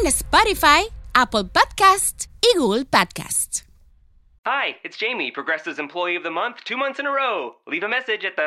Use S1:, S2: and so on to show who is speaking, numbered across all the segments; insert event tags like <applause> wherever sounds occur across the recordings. S1: en Spotify, Apple Podcast y Google Podcast.
S2: Hi, it's Jamie, Progressive's Employee of the Month, two months in a row. Leave a message at the.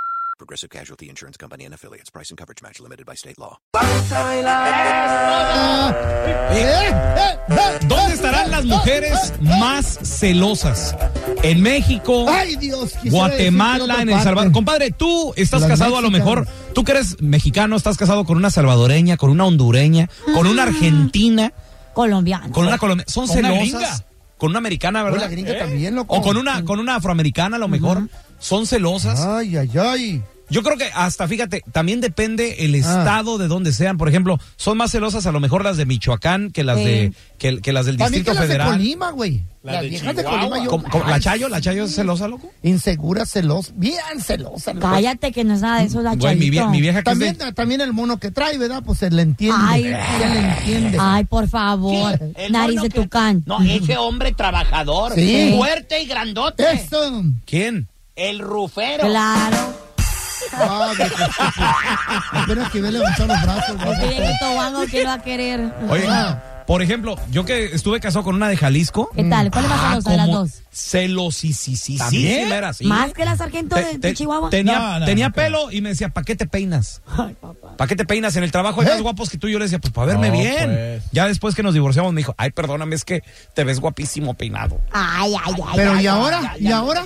S3: Progressive Casualty Insurance Company and affiliates. Price and coverage match limited by state law.
S4: Eh,
S5: ¿Dónde estarán las
S4: eh,
S5: mujeres más celosas? ¿En México?
S4: Ay, Dios. quisiera decir
S5: Guatemala,
S4: que
S5: en
S4: otra
S5: El Salvador.
S4: parte.
S5: Compadre, tú estás
S4: Las
S5: casado a lo mejor,
S4: mexicanas.
S5: tú que eres mexicano, estás casado con una salvadoreña, con una hondureña, con una argentina,
S6: colombiano.
S5: con una colombiana. Son
S4: Con una
S5: celosas.
S4: gringa.
S5: Con una americana, ¿verdad? Eh.
S4: la gringa también, loco. Mm.
S5: O con una, con una afroamericana a lo mejor. Son celosas.
S4: Ay, ay, ay. Ah.
S5: Yo creo que hasta, fíjate, también depende el estado de donde sean. Por ejemplo, son más celosas a lo mejor las de Michoacán que las
S6: Sí.
S5: de que, que las del
S4: También
S5: Distrito
S4: que las de
S5: Federal.
S4: Colima, güey. Las viejas de Colima. yo-
S5: ¿Cómo- cómo- ¿La
S4: Ay,
S5: Chayo? ¿La Chayo es celosa, loco?
S4: Insegura, celosa. Bien celosa. loco.
S6: Cállate que no es nada de eso, la
S5: Güey, mi, vie-
S6: Chayito.
S5: mi vieja que es de-
S4: También, también el mono que trae, ¿verdad? Pues se le entiende.
S6: Ay.
S4: Ya le entiende.
S6: Ay, por favor, nariz de tucán.
S7: No, ese hombre trabajador,
S4: Sí.
S7: fuerte y grandote,
S4: Eso.
S5: ¿Quién?
S7: el rufero.
S6: Claro.
S4: Ah, viejo estúpido. Apenas que ve levantar los brazos. güey.
S6: Porque bien que Tobago que lo va a querer.
S5: Oye,
S4: Ah.
S5: por ejemplo, yo que estuve casado con una de Jalisco.
S6: ¿Qué tal? ¿Cuál es más
S5: Ah,
S6: celosa de las
S5: como
S6: dos?
S5: Celosisisísima
S4: ¿También?
S5: era, sí.
S6: Más que la sargento
S5: Te-
S6: de, de
S5: te-
S6: Chihuahua.
S5: Tenía,
S4: No, no,
S5: tenía
S4: no.
S5: pelo y me decía, ¿para qué te
S4: <laughs>
S5: peinas?
S6: Ay, papá.
S5: ¿Para qué te peinas en el trabajo? Hay más
S4: ¿Eh?
S5: guapos que tú. Yo le decía, pues para verme
S4: No,
S5: bien.
S4: pues.
S5: Ya después que nos divorciamos me dijo, ay, perdóname, es que te ves guapísimo peinado.
S6: Ay, ay, ay.
S4: Pero
S6: ay, ay,
S4: ¿y ahora?
S6: ay,
S4: ¿Y
S6: ay.
S4: ahora?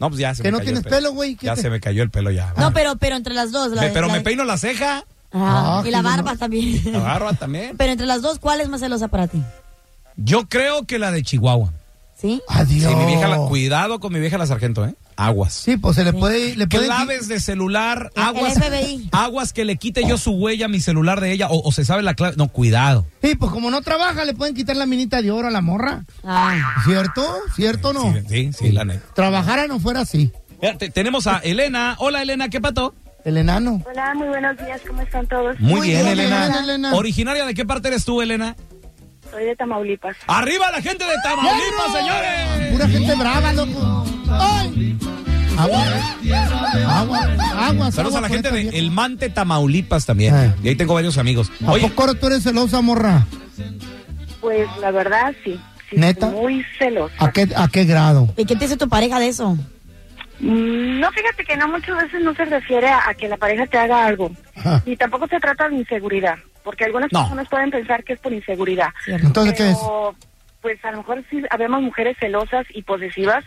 S5: No, pues ya se
S4: ¿Que
S5: me
S4: no
S5: cayó el
S4: tienes pelo, güey? ¿Qué
S5: Ya
S4: te-
S5: se me cayó el pelo ya.
S6: No, pero, pero entre las dos. La,
S5: Me-
S6: de-
S5: pero
S6: la-
S5: me peino
S6: <laughs>
S5: la ceja,
S6: Ah,
S4: Ah,
S6: y la
S4: que
S6: barba
S4: no.
S6: también.
S5: la barba
S6: <laughs>
S5: también.
S6: Pero entre las dos, ¿cuál es más celosa para ti?
S5: Yo creo que la de Chihuahua.
S6: ¿Sí?
S4: Adiós.
S5: Sí, mi vieja, la- cuidado con mi vieja la sargento, ¿eh? Aguas.
S4: Sí, pues se le puede. Le puede
S5: claves de celular,
S6: El- el
S5: aguas,
S6: FBI.
S5: aguas que le quite yo su huella a mi celular de ella o, o se sabe la clave. No, cuidado.
S4: Sí, pues como no trabaja, le pueden quitar la minita de oro a la morra.
S6: Ay.
S4: ¿Cierto? ¿Cierto o no?
S5: Sí, sí, sí, la neta.
S4: Trabajara no fuera así.
S5: Mira, te- tenemos a Elena. Hola, Elena, ¿qué pato?
S4: El enano.
S8: Hola, muy buenos días, ¿cómo están todos?
S5: Muy,
S4: Muy
S5: bien,
S4: bien,
S5: Elena.
S4: Elena, Elena.
S5: ¿Originaria de qué parte eres tú, Elena?
S8: Soy de Tamaulipas.
S5: ¡Arriba la gente de Tamaulipas, señores!
S4: Pura gente brava, loco. ¡Ay! Agua. Agua. Agua.
S5: ¿eh? Saludos a la gente de El Mante, Tamaulipas también.
S4: Eh.
S5: Y ahí tengo varios amigos.
S4: ¿A
S5: Oye,
S4: poco ahora tú eres celosa, morra?
S8: Pues la verdad, sí. sí
S4: ¿Neta?
S8: Muy celosa.
S4: ¿A qué, ¿A qué grado?
S6: ¿Y qué te dice tu pareja de eso?
S8: Mm, No, fíjate que no, muchas veces no se refiere a, a que la pareja te haga algo.
S4: Ajá.
S8: Y tampoco se trata de inseguridad, porque algunas
S5: No.
S8: personas pueden pensar que es por inseguridad.
S4: Entonces, ¿qué es?
S8: Pero, pues a lo mejor sí habemos mujeres celosas y posesivas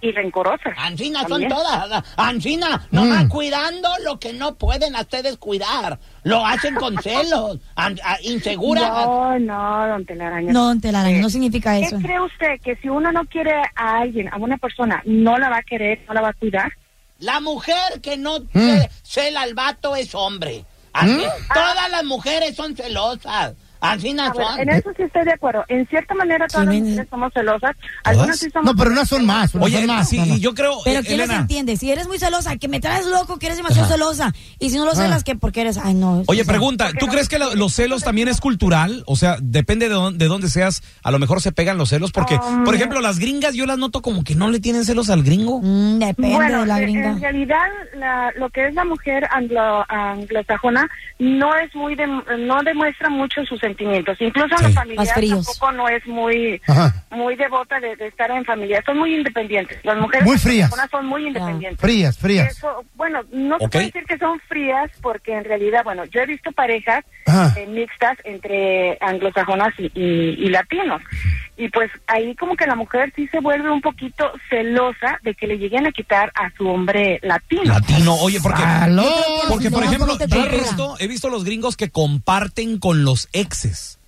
S8: y rencorosas.
S7: Ancina son
S8: También.
S7: todas. Ancina, nomás
S4: Mm.
S7: cuidando lo que no pueden ustedes cuidar. Lo
S4: <laughs>
S7: hacen con celos, an- a- inseguras.
S8: No, no, don Telaraña. Eh,
S6: No, don Telaraño, no significa
S8: ¿Qué
S6: eso.
S8: cree usted? Que si uno no quiere a alguien, a una persona, no la va a querer, no la va a cuidar.
S7: La mujer que no
S4: Mm.
S7: ce- cela al vato es hombre. Así, Todas las mujeres son celosas. Alcina
S8: A ver,
S7: son.
S8: en eso sí estoy de acuerdo. En cierta manera todas las
S6: ven-
S8: mujeres somos celosas. Algunas sí somos
S4: No, pero unas son más. unas
S5: Oye,
S4: son más.
S5: sí,
S4: no, no.
S5: y yo creo,
S6: Pero
S5: eh,
S6: ¿quién las
S5: Elena,
S6: entiende? Si eres muy celosa, que me traes loco, que eres demasiado celosa. Y si no lo celas, que porque eres. Ay, no.
S5: Oye,
S6: pregunta
S5: pregunta, ¿tú crees que lo- los celos también es cultural? O sea, depende de dónde, de dónde seas, a lo mejor se pegan los celos, porque,
S6: Um.
S5: por ejemplo, las gringas yo las noto como que no le tienen celos al gringo.
S6: Mm, depende
S8: bueno, eh,
S6: de la
S8: en-
S6: gringa.
S8: en realidad la- lo que es la mujer anglo- anglosajona no es muy de- no demuestra mucho sus sentimientos. Incluso en
S5: Sí.
S8: la
S6: Más
S8: familia
S6: fríos.
S8: tampoco no es muy
S4: Ajá.
S8: muy devota de, de estar en familia. Son muy independientes. Las mujeres
S4: Muy frías.
S8: anglosajonas son muy independientes.
S4: Frías, frías.
S8: Eso, bueno, no
S5: Ok.
S8: se puede decir que son frías porque en realidad, bueno, yo he visto parejas
S4: Ajá.
S8: eh, mixtas entre anglosajonas y, y- y latinos. Y pues ahí como que la mujer sí se vuelve un poquito celosa de que le lleguen a quitar a su hombre latino.
S5: Latino, oye, porque,
S4: ¡Aló!
S5: porque por
S6: No,
S5: ejemplo,
S6: ¿cómo te
S5: yo he
S6: pega?
S5: visto, he visto los gringos que comparten con los exes.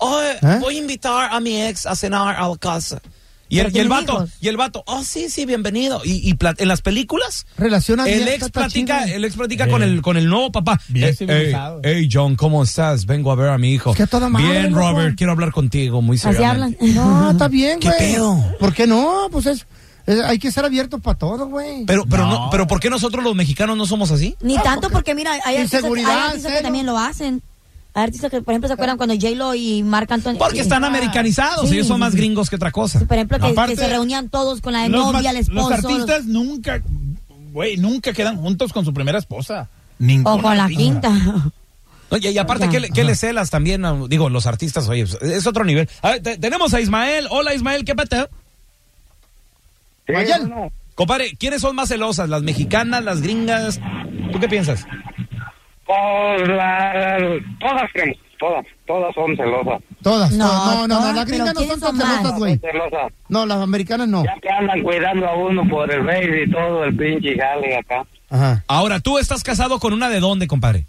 S5: Oye,
S4: ¿Eh?
S5: voy a invitar a mi ex a cenar a la casa. Y
S6: ¿Pero
S5: el, y el
S6: tienen
S5: vato,
S6: hijos?
S5: y el vato, oh sí, sí, bienvenido. Y, y pla- en las películas,
S4: Relación
S5: el
S4: abierta,
S5: ex
S4: está
S5: platica,
S4: chido.
S5: el ex platica con el con el nuevo papá.
S9: Bien
S5: Eh,
S9: civilizado.
S5: Hey, hey, John, ¿cómo estás? Vengo a ver a mi hijo.
S4: Es que a toda madre,
S5: Bien,
S4: loco.
S5: Robert, quiero hablar contigo, muy
S6: Así
S5: seriamente.
S6: hablan.
S4: No, está bien,
S5: ¿Qué
S4: güey.
S5: pedo?
S4: ¿Por qué no? Pues es, es- hay que ser abiertos para todo, güey. Ah,
S5: Pero, pero no.
S9: No.
S5: pero ¿por qué nosotros los mexicanos no somos así?
S6: Ni tanto porque, mira, hay artistas, hay
S4: Inseguridad,
S6: artistas que
S4: celo.
S6: también lo hacen. Hay artistas que, por ejemplo, se acuerdan cuando J-Lo y Marc Anthony.
S5: Porque están americanizados,
S6: Sí.
S5: ellos son más gringos que otra cosa.
S6: Por ejemplo, que, que
S9: Aparte,
S6: se reunían todos con la de
S9: Los,
S6: novia,
S9: ma-
S6: el esposo.
S9: los artistas nunca, güey, nunca quedan juntos con su primera esposa. Ningún
S6: O con la
S9: artista.
S6: quinta.
S5: <laughs>
S6: <laughs>
S5: No, y, y aparte,
S6: Ya.
S5: ¿qué, le- qué le celas también? a- digo, los artistas, oye, es- es otro nivel. A ver, te- tenemos a Ismael. Hola, Ismael, ¿qué pasa?
S4: Mayel,
S5: Compadre, ¿quiénes son más celosas? ¿Las mexicanas, las gringas? ¿Tú qué piensas?
S10: Pues la, todas, que- todas, todas son celosas.
S4: todas,
S6: No,
S4: todas. no, no, no,
S6: todas,
S4: las
S6: pero
S4: gringas no son
S6: ¿quiénes son
S4: tan celosas,
S6: más?
S4: güey.
S10: Celosas.
S4: No, las americanas no.
S10: Ya que andan cuidando a uno por el rey y todo el pinche jale acá,
S4: Ajá.
S5: Ahora, ¿tú estás casado con una de dónde, compadre?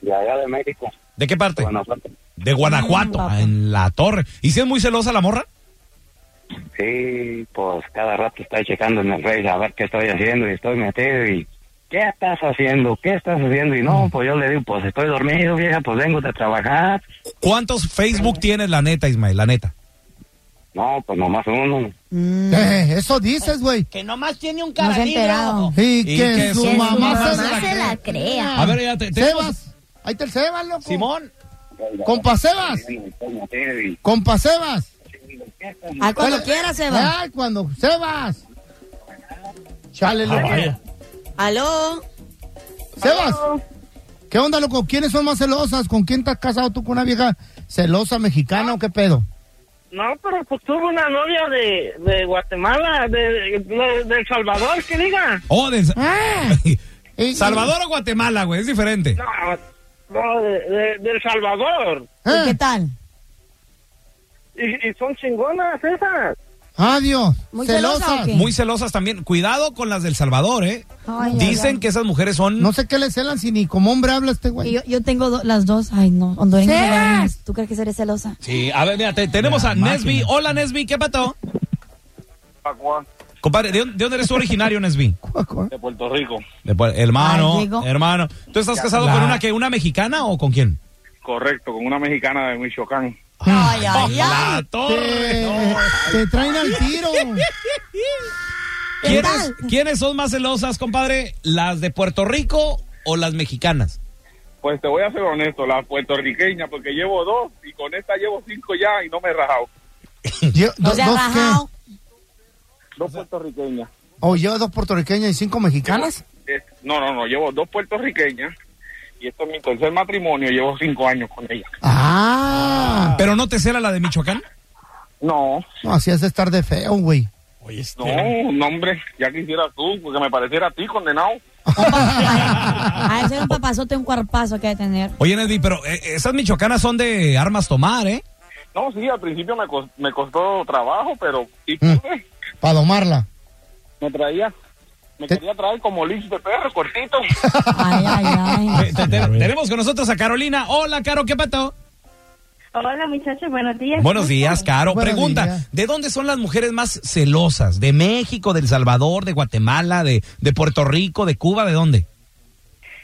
S10: de allá de México.
S5: ¿De qué parte?
S10: Bueno, sí,
S5: De Guanajuato,
S6: Mm, papá.
S5: en la torre. ¿Y si es muy celosa la morra?
S10: pues cada rato estoy checando en el rey a ver qué estoy haciendo y estoy metido y... ¿Qué estás haciendo? ¿Qué estás haciendo? Y
S5: Mm.
S10: no, pues yo le digo, pues estoy dormido, vieja, pues vengo de trabajar.
S5: ¿Cuántos Facebook tienes, la neta, Ismael? La neta.
S10: No, pues nomás uno.
S4: Eh, eso dices, güey.
S7: Que nomás tiene un
S6: No se ha
S7: caralibro.
S6: enterado.
S4: Y,
S5: Y
S4: que, su, mamá, se la...
S6: la crea.
S5: A ver, ya te. te-
S4: Sebas. Ahí está el Sebas, loco.
S5: Simón.
S4: Compa Sebas.
S10: Estoy metido y-
S4: Compa Sebas.
S6: Ah, cuando
S4: Hola.
S6: quieras, Eva.
S4: Ay, cuando Sebas. Chale, loco.
S9: Vaya.
S6: Aló.
S4: Sebas. ¿Qué onda, loco? ¿Quiénes son más celosas? ¿Con quién estás casado tú con una vieja celosa mexicana o qué pedo?
S8: No, pero pues tuve una novia de, de Guatemala, de, de, de El Salvador, que diga.
S5: Oh, de-
S6: Ah.
S5: <laughs>
S4: Y-
S5: Salvador o Guatemala, güey, es diferente.
S8: No, no, de, de- de El Salvador.
S4: Eh.
S10: Ah.
S6: ¿Y qué tal?
S8: Y, y son chingonas esas.
S4: Adiós.
S6: ¿Muy celosa
S4: celosas.
S6: o qué?
S5: Muy celosas también. Cuidado con las del Salvador, ¿eh?
S6: Ay, ay,
S5: Dicen
S6: ay.
S5: que esas mujeres son.
S4: No sé qué le celan si ni como hombre habla este
S6: Y
S4: güey.
S6: Yo, yo tengo do- las dos. Ay, no. Hondureños, hondureños. ¿Tú crees que eres celosa?
S5: Sí, Eh, a ver, mira, te- tenemos
S9: La
S5: a
S9: máquina.
S5: Nesby. Hola, Nesby, ¿qué pato? Compadre, ¿de, dónde- de dónde eres tú originario, Nesby?
S4: Cuaco, ¿eh?
S10: De Puerto Rico,
S5: De Pue- hermano,
S6: Ay, llegó.
S5: hermano. ¿Tú estás casado
S9: la-
S5: con una que una mexicana o con quién?
S10: correcto, con una mexicana de Michoacán.
S6: Ay,
S5: Oh,
S6: ay, ay.
S5: la torre.
S4: Te, te traen al tiro.
S6: ¿Qué
S5: <laughs> ¿Quiénes,
S6: tal?
S5: ¿Quiénes son más celosas, compadre? ¿Las de Puerto Rico o las mexicanas?
S10: Pues te voy a ser honesto, la puertorriqueña, porque llevo dos y con esta llevo cinco ya y no me he rajado.
S6: <laughs>
S4: Yo,
S6: No
S4: do-
S6: se ha
S4: dos, ¿qué?
S6: rajado.
S10: Dos puertorriqueñas.
S4: O yo dos puertorriqueñas y cinco mexicanas.
S10: Eh, No, no, no, llevo dos puertorriqueñas y esto es mi tercer matrimonio, llevo cinco años con ella.
S4: Ah,
S5: ¿Pero no te cela la de Michoacán?
S10: No,
S4: no, así es de estar de feo, güey.
S9: Oye, este-
S10: no, no, hombre, ya quisiera tú, porque me pareciera a ti condenado.
S6: A ver, ser Ah, un papazote, un cuerpazo que hay que tener.
S5: Oye, Nesby, pero eh, esas michoacanas son de armas
S4: <laughs>
S5: tomar, ¿eh?
S10: No, sí, al principio me, cos- me costó trabajo, pero sí
S4: Mm.
S10: pude.
S4: Para domarla.
S10: Me traía, me
S4: Te-
S10: quería traer como lich de perro, cortito.
S6: Ay, ay,
S11: <laughs>
S5: Te-
S6: ay.
S5: te- te- tenemos con nosotros a Carolina. Hola, Caro, ¿qué pato?
S8: Hola, muchachos, buenos días.
S5: Buenos días, Caro.
S4: Buenos
S5: Pregunta,
S4: días.
S5: ¿de dónde son las mujeres más celosas? ¿De México, del Salvador, de Guatemala, de, de Puerto Rico, de Cuba, de dónde?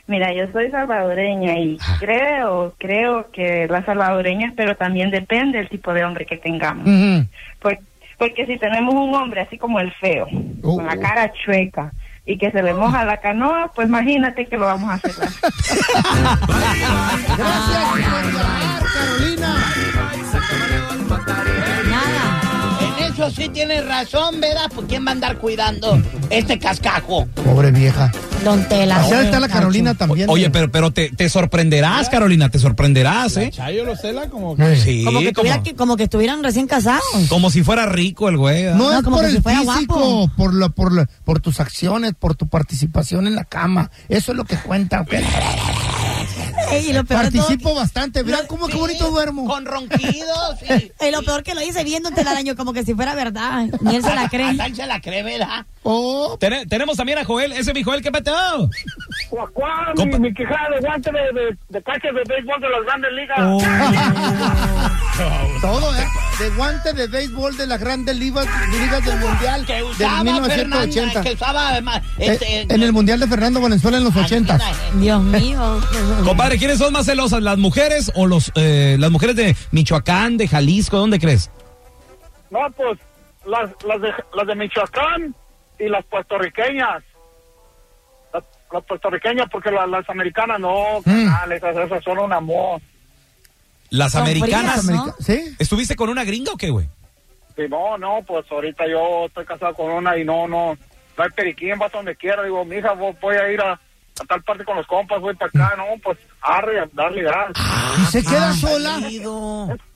S11: Mira, yo soy salvadoreña y
S5: Ah.
S11: creo, creo que las salvadoreñas, pero también depende del tipo de hombre que tengamos.
S6: Mm.
S4: Ujú.
S11: Por- porque si tenemos un hombre así como el feo,
S5: Uh,
S11: con la cara chueca y que se le moja la canoa, pues imagínate que lo vamos a
S5: <laughs>
S11: hacer. <laughs>
S7: En eso sí tienes razón, ¿verdad? Pues quién va a andar cuidando este cascajo.
S4: Pobre vieja.
S6: Don Tela.
S4: Así está la Carolina también.
S5: Oye, pero, pero te, te sorprenderás, Carolina, te sorprenderás, ¿eh?
S9: Chayo lo cela como
S5: que- Sí,
S6: como, que tuviera
S5: como-
S6: que- como que estuvieran recién casados.
S5: Como si fuera rico el güey. ¿eh?
S4: No,
S6: No,
S4: es
S6: como
S4: por
S6: que
S4: el
S6: si fuera
S4: físico,
S6: guapo.
S4: por, la, por, la- por tus acciones, por tu participación en la cama. Eso es lo que cuenta. güey.
S6: Ey, <laughs> y lo peor de todo
S4: Participo bastante. Mira cómo qué bonito duermo.
S7: Con ronquidos.
S6: <laughs> Y lo peor que lo hice viendo el año como que si fuera verdad. Ni él se la cree.
S7: Hasta él se la cree, ¿verdad?
S4: Oh.
S5: Tene- tenemos también a Joel, ese es mi Joel, ¿qué peteo?
S12: Cuacuá, mi, mi quijada de guante de, de, de taches de béisbol de las grandes ligas.
S5: Oh.
S4: <laughs> Todo, ¿eh? De guante de béisbol de las grandes ligas, ligas del Mundial
S7: Que
S4: del
S7: usaba
S4: 1980.
S7: Fernanda, que usaba además.
S4: Eh,
S7: Este,
S4: en el Mundial de Fernando Valenzuela en los 80.
S6: Dios mío.
S5: Compadre, ¿quiénes son más celosas, las mujeres o los, eh, las mujeres de Michoacán, de Jalisco? ¿Dónde crees?
S12: No, pues las, las, de, las de Michoacán y las puertorriqueñas. Las, las puertorriqueñas, porque las, las americanas no, carnal, esas, esas son un amor.
S5: Las
S12: Son
S5: americanas.
S12: frías, ¿no?
S4: ¿Sí?
S5: ¿Estuviste con una gringa o qué, güey?
S12: Y no, no, pues ahorita yo estoy casado con una y no, no. No hay periquín, vas donde quiera. Digo, mija, vos voy a ir a, a tal parte con los compas, voy para acá, no, pues arre, darle gas.
S4: ¿Y se
S6: Ah,
S4: queda sola?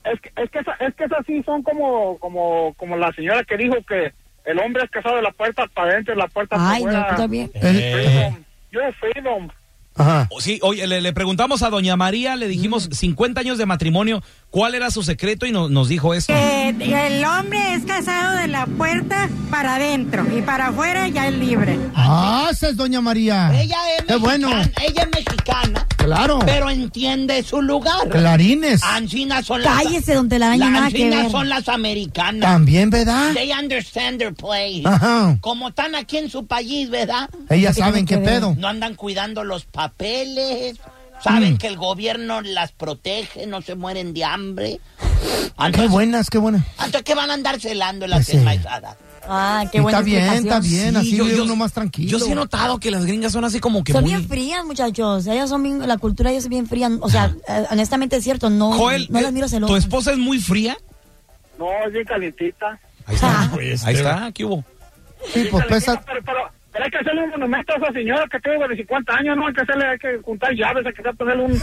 S12: Es que, es que, esa- es que esas sí son como, como, como la señora que dijo que el hombre es casado de la puerta para adentro y la puerta
S6: Ay,
S12: para
S6: no,
S12: afuera.
S6: tú también.
S4: Eh,
S12: Yo freedom.
S5: O- Oh, Sí, oye, le, le preguntamos a doña María, le
S4: Mm.
S5: dijimos 50 años de matrimonio, ¿cuál era su secreto? Y no- nos dijo eso.
S6: Eh,
S13: Eh, el hombre es casado de la puerta para adentro y para afuera ya es libre.
S4: Ah, esa es Doña María.
S7: Ella es
S4: Qué
S7: mexicana,
S4: bueno.
S7: ella es mexicana.
S4: Claro.
S7: Pero entiende su lugar.
S4: Clarines.
S7: Ancinas son las...
S6: Cállese, don Telaraño,
S7: las
S6: nada que
S7: ancinas
S6: ver.
S7: son las americanas.
S4: También, ¿verdad?
S7: They understand their place.
S4: Ajá.
S7: Como están aquí en su país, ¿verdad?
S4: Ellas saben qué pedo.
S7: No andan cuidando los papeles. Saben
S4: Mm.
S7: que el gobierno las protege, no se mueren de hambre.
S4: Ah, Qué buenas, qué
S7: <laughs>
S4: buenas.
S7: Entonces, ¿qué van a andar celando las
S4: Pues sí.
S7: desmaizadas?
S6: Ah, qué
S4: Y
S6: buena
S4: está bien,
S6: explicación.
S4: está bien, así vive uno más tranquilo.
S5: Yo sí he notado que las gringas son así como que
S6: son
S5: muy...
S6: bien frías, muchachos. Ellas son bien, la cultura de ellas es bien fría. O sea, eh, honestamente es cierto, no,
S5: Joel,
S6: no
S5: eh,
S6: las miro
S5: ¿tu
S6: celosas.
S5: esposa es muy fría?
S12: No, es bien calientita.
S5: Ahí está, ahí está, Ah. Pues, ¿qué hubo?
S4: Sí, pues pesa.
S12: Pero, pero, pero hay que hacerle un monumento a esa señora que tuvo de 50 años, ¿no? Hay que hacerle, hay que juntar llaves, hay que hacerle un...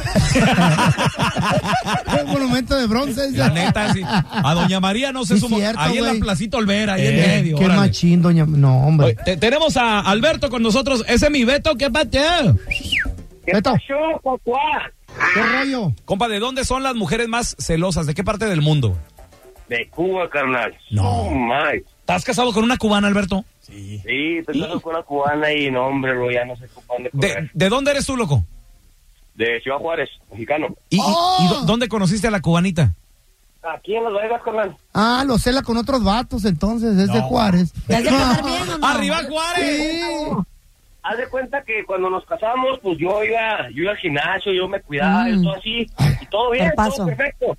S4: Un monumento de bronce.
S5: La neta, sí. A doña María no se
S4: Sí,
S5: sumó.
S4: cierto,
S5: ahí en
S4: güey.
S5: la placita Olvera, ahí en
S4: Eh,
S5: medio.
S4: Qué
S5: órale.
S4: machín, Doña. No, hombre.
S5: Te- tenemos a Alberto con nosotros. Ese es mi Beto, ¿qué pateo?
S4: Beto.
S5: ¿Qué
S4: rollo?
S5: Compa, ¿de dónde son las mujeres más celosas? ¿De qué parte del mundo?
S14: De Cuba, carnal.
S5: No.
S10: Oh,
S14: my.
S5: ¿Estás casado con una cubana, Alberto?
S14: Sí, estoy casado con una cubana y no, hombre, lo ya no sé cómo han de
S5: ¿De,
S14: correr.
S5: de dónde eres tú, loco?
S14: De Ciudad Juárez, mexicano.
S5: ¿Y, y- y dó- dónde conociste a la cubanita?
S14: Aquí en Las Vegas, carnal.
S4: Ah, lo cela con otros vatos, entonces. Es de Juárez. Ah,
S5: <laughs> ¡Arriba Juárez!
S14: Haz de cuenta que cuando nos casamos, pues yo iba, yo iba al gimnasio, yo me cuidaba, yo todo así, y todo bien,
S6: Cuerpazo.
S14: todo perfecto.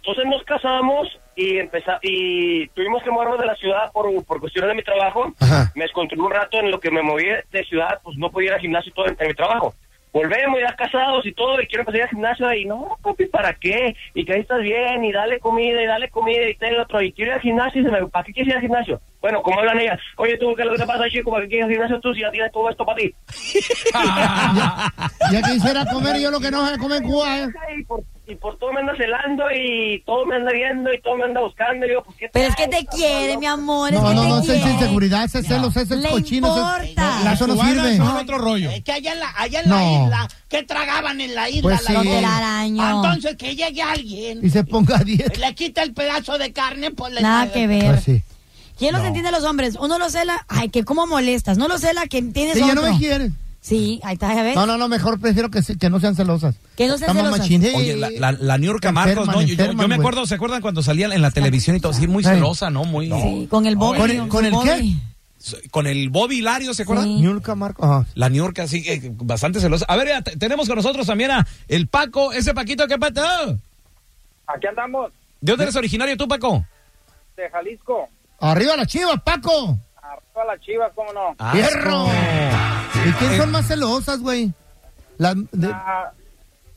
S14: Entonces nos casamos y empezamos, y tuvimos que movernos de la ciudad por, por cuestiones de mi trabajo. Me descontrolé un rato en lo que me moví de ciudad, pues no podía ir al gimnasio y todo en, en mi trabajo. Volvemos ya casados y todo, y quiero empezar a ir al gimnasio, y no, papi, ¿para qué? Y que ahí estás bien, y dale comida, y dale comida, y tal, y otro, y quiero ir al gimnasio, y se me, ¿para qué quieres ir al gimnasio? Bueno, como hablan ellas, oye, tú, ¿qué es lo que te pasa, chico? ¿Para qué quieres ir al gimnasio tú si ya tienes todo esto para ti?
S4: Ya quisiera comer yo lo que no se come en Cuba, ¿eh?
S14: Y por, y por todo me anda celando, y todo me anda viendo, y todo me anda buscando, y yo, pues, ¿qué
S6: Pero es que te quiere, mi amor.
S4: No,
S6: es que
S4: no,
S6: te
S4: no, ese
S6: quiere.
S4: es inseguridad, ese es celos, ese es
S6: Le
S4: cochino. ese es-
S6: importa.
S4: Eso no sirve.
S7: otro rollo. Es eh, que allá en la, allá en
S4: No.
S7: la isla, ¿qué tragaban en la isla?
S4: Pues
S7: las
S4: sí.
S7: cosas?
S4: Telaraño.
S7: Entonces que llegue alguien,
S4: Y se ponga a dieta.
S7: le quita el pedazo de carne, pues le
S6: Nada que ver.
S4: Pues sí.
S6: ¿Quién los
S4: No.
S6: entiende a los hombres? Uno los cela, ay, que cómo molestas. No los cela, que tienes
S4: Ella no
S6: otro.
S4: me quiere.
S6: Sí, ahí está, ya ves.
S4: No, no, no, mejor prefiero que, se- que no sean celosas.
S6: ¿Eh? Que no sean
S4: Está más
S6: celosas.
S4: machín. Sí.
S5: Oye, la, la, la New York
S4: Enferman,
S5: Marcos, ¿no? Yo- yo- Yo,
S4: enferman,
S5: me
S4: güey.
S5: acuerdo, ¿se acuerdan cuando salían en la televisión y todo? Sí, muy celosa, ¿no? Muy...
S6: Con el bobo.
S4: ¿Con el- con el qué?
S5: so- con el Bobby Hilario, ¿se acuerdan?
S4: Niurka Marco. Ajá.
S5: La New York así, eh, bastante celosa. A ver, ya te- tenemos con nosotros también a el Paco, ese Paquito, ¿qué pato?
S15: Aquí andamos,
S5: ¿De dónde eres originario tú, Paco?
S15: de Jalisco.
S4: Arriba la chiva, Paco.
S15: Arriba las chivas, cómo no.
S4: ¡Hierro! ¿Y
S5: Eh.
S4: quién son más celosas, güey? Las de-
S15: Ah,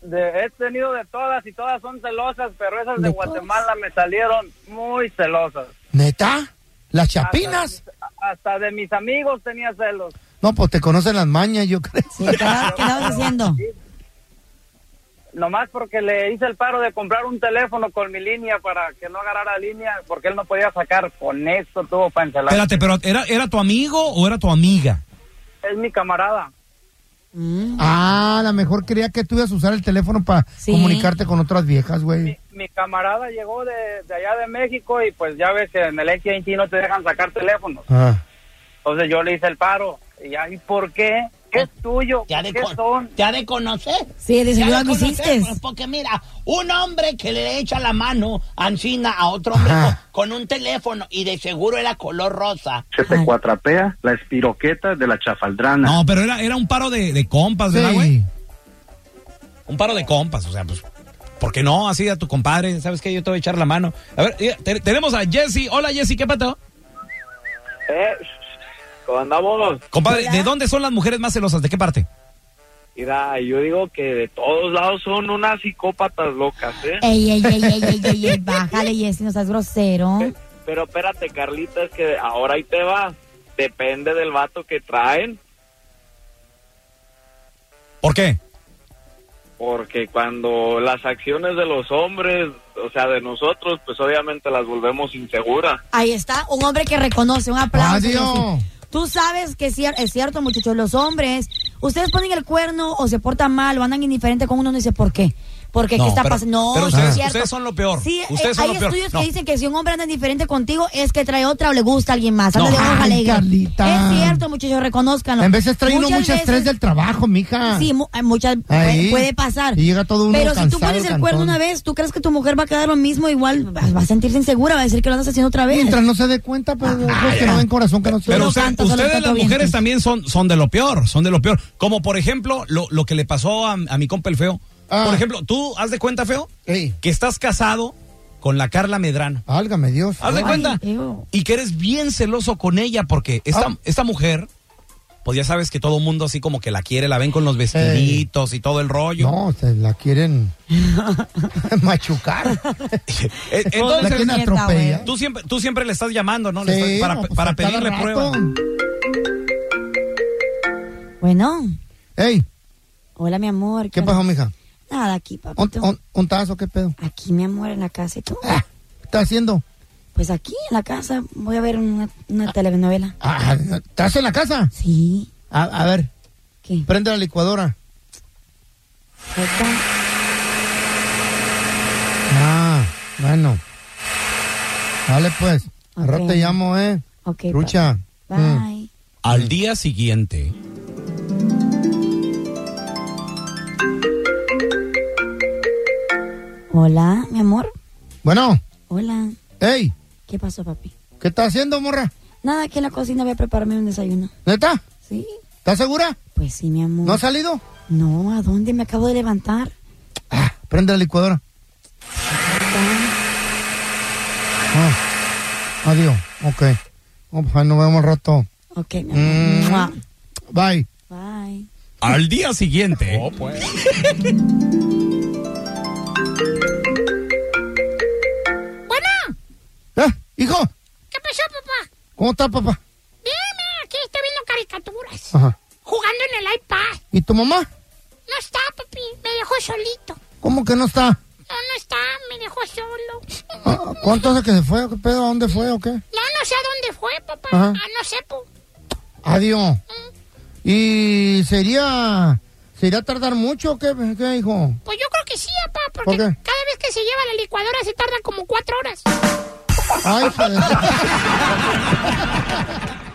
S15: de- he tenido de todas y todas son celosas, pero esas de,
S4: ¿De todas?
S15: Guatemala me salieron muy celosas.
S4: ¿Neta? ¿Las chapinas?
S15: Hasta, hasta de mis amigos tenía celos.
S4: No, pues te conocen las mañas, yo creo.
S15: Nomás porque le hice el paro de comprar un teléfono con mi línea para que no agarrara línea, porque él no podía sacar. Con eso tuvo para encelar.
S5: Espérate, pero ¿era, ¿era tu amigo o era tu amiga?
S15: Es mi camarada.
S4: <laughs> Ah, a lo mejor quería que tú ibas a usar el teléfono para
S15: Sí.
S4: comunicarte con otras viejas, güey.
S15: Mi camarada llegó de, de allá de México y pues ya ves que en el AT&T no te dejan sacar teléfonos.
S4: Ah.
S15: Entonces yo le hice el paro. Y ahí, ¿por qué? ¿Qué es tuyo?
S7: Ya de
S15: ¿Qué
S7: con-
S15: son?
S7: ¿Te ha de conocer?
S6: Sí, de
S7: ¿Te ha
S6: seguro algo
S7: conocer?
S6: hiciste.
S7: Pues Porque mira, un hombre que le echa la mano ancina a otro hombre pues, con, con un teléfono y de seguro era color rosa.
S16: Se te cuatrapea la espiroqueta de la chafaldrana.
S5: No, pero era, era un paro de, de compas, ¿verdad, güey? Un paro de compas, o sea, pues, ¿por qué no? Así a tu compadre, ¿sabes qué? Yo te voy a echar la mano. A ver, eh, te- tenemos a Jesse. Hola, Jesse, ¿qué pato?
S17: Eh, ¿cómo andamos?
S5: Compadre, ¿de dónde son las mujeres más celosas? ¿De qué parte?
S17: Mira, yo digo que de todos lados son unas psicópatas locas, ¿eh?
S6: Ey, ey, ey, ey, ey, ey, ey, bájale, Jessy, no seas grosero.
S17: Pero espérate, Carlita, es que ahora ahí te va. Depende del vato que traen,
S5: ¿Por qué?
S17: porque cuando las acciones de los hombres, o sea, de nosotros, pues obviamente las volvemos inseguras.
S6: Ahí está, un hombre que reconoce, un aplauso.
S17: Adiós.
S6: Jessy. Tú sabes que es cier- es cierto, muchachos, los hombres, ustedes ponen el cuerno o se portan mal o andan indiferente con uno, no dice por qué. Porque
S5: No,
S6: qué está
S5: pero-
S6: pasando. No,
S5: pero
S6: no
S5: ustedes-
S6: es cierto.
S5: ustedes son lo peor.
S6: Sí,
S5: Ustedes
S6: eh,
S5: son
S6: hay
S5: lo peor.
S6: estudios
S5: No.
S6: que dicen que si un hombre anda indiferente contigo es que trae otra o le gusta a alguien más.
S4: No.
S6: Anda de hoja
S4: Ay,
S6: alegre.
S4: Carlita.
S6: Es cierto, muchachos, reconozcanlo.
S4: En veces trae uno mucho estrés del trabajo, mija.
S6: Sí, mu- eh, muchas puede,
S4: Ahí.
S6: puede pasar.
S4: Y llega todo uno
S6: Pero si tú
S4: cansado,
S6: pones el
S4: cantón.
S6: cuerno una vez, ¿tú crees que tu mujer va a quedar lo mismo? Igual va va a sentirse insegura, va a decir que lo andas haciendo otra vez. Ah,
S4: Mientras no se dé cuenta, pues. pero ojos que no ven corazón que no se
S5: Ah, Pero
S4: ven.
S5: usted- ustedes, las mujeres, también son, son de lo peor, son de lo peor. Como por ejemplo, lo, lo que le pasó a, a mi compa el feo.
S4: Ah.
S5: Por ejemplo, tú haz de cuenta, feo, que estás casado con la Carla Medrano.
S4: Válgame Dios.
S5: Haz de
S4: Ay,
S5: cuenta. Y que eres bien celoso con ella porque esta,
S4: Ah.
S5: esta mujer, pues ya sabes que todo mundo así como que la quiere, la ven con los vestiditos y todo el rollo.
S4: No, se la
S5: <laughs>
S4: quieren machucar.
S5: Eh,
S4: la quieren atropellar.
S5: tú siempre, tú siempre le estás llamando, ¿no? Le
S4: Sí,
S5: estás- para
S4: no, pues,
S5: para
S4: a cada
S5: pedirle
S4: rato.
S5: pruebas.
S6: Bueno.
S4: Ey.
S6: Hola, mi amor.
S4: ¿Qué
S6: hora
S4: pasó,
S6: es?
S4: mija?
S6: Nada, aquí, papá.
S4: ¿Un, un, un tazo qué pedo? Ah,
S6: Aquí, mi amor, en la casa. ¿Y tú?
S4: ¿Qué estás haciendo?
S6: Pues aquí, en la casa. Voy a ver una, una telenovela.
S4: Ah, ¿Estás en la casa?
S6: Sí.
S4: A, a ver.
S6: ¿Qué?
S4: Prende la licuadora. Ah, bueno. Dale, pues. Al rato te llamo, ¿eh?
S6: Ok.
S4: Trucha.
S6: Bye.
S5: Al día siguiente.
S6: Hola, mi amor.
S4: Bueno.
S6: Hola.
S4: Ey.
S6: ¿Qué pasó, papi?
S4: ¿Qué estás haciendo, morra?
S6: Nada, aquí en la cocina voy a prepararme un desayuno.
S4: ¿Neta?
S6: Sí.
S4: ¿Estás segura?
S6: Pues sí, mi amor.
S4: ¿No has salido?
S6: No, ¿a dónde? Me acabo de levantar.
S4: Prende la licuadora. Ah, adiós. Ok. Oh, pues, ahí nos vemos al rato.
S6: Ok, mi
S4: Mm.
S6: amor.
S4: Bye.
S6: Bye.
S5: Al día siguiente.
S4: Oh, pues.
S18: Bueno,
S4: ¿Eh? Hijo,
S18: ¿qué pasó, papá?
S4: ¿cómo estás, papá?
S18: Dime, aquí estoy viendo caricaturas.
S4: Ajá.
S18: Jugando en el iPad.
S4: ¿Y tu mamá?
S18: No está, papi. Me dejó solito.
S4: ¿Cómo que no está?
S18: No, no está. Me dejó solo.
S4: Ah, ¿Cuánto hace que se fue? ¿Qué pedo? ¿A dónde fue o qué?
S18: No, no sé a dónde fue, papá.
S4: Ajá.
S18: Ah, no sé, po.
S4: Adiós. ¿Y sería... ¿Sería tardar mucho o qué, qué, hijo?
S18: Pues yo creo que sí, papá. Porque
S4: ¿Por qué?
S18: cada vez que se lleva la licuadora
S4: <laughs>
S18: se tarda como cuatro horas.
S4: Ay, hijo de-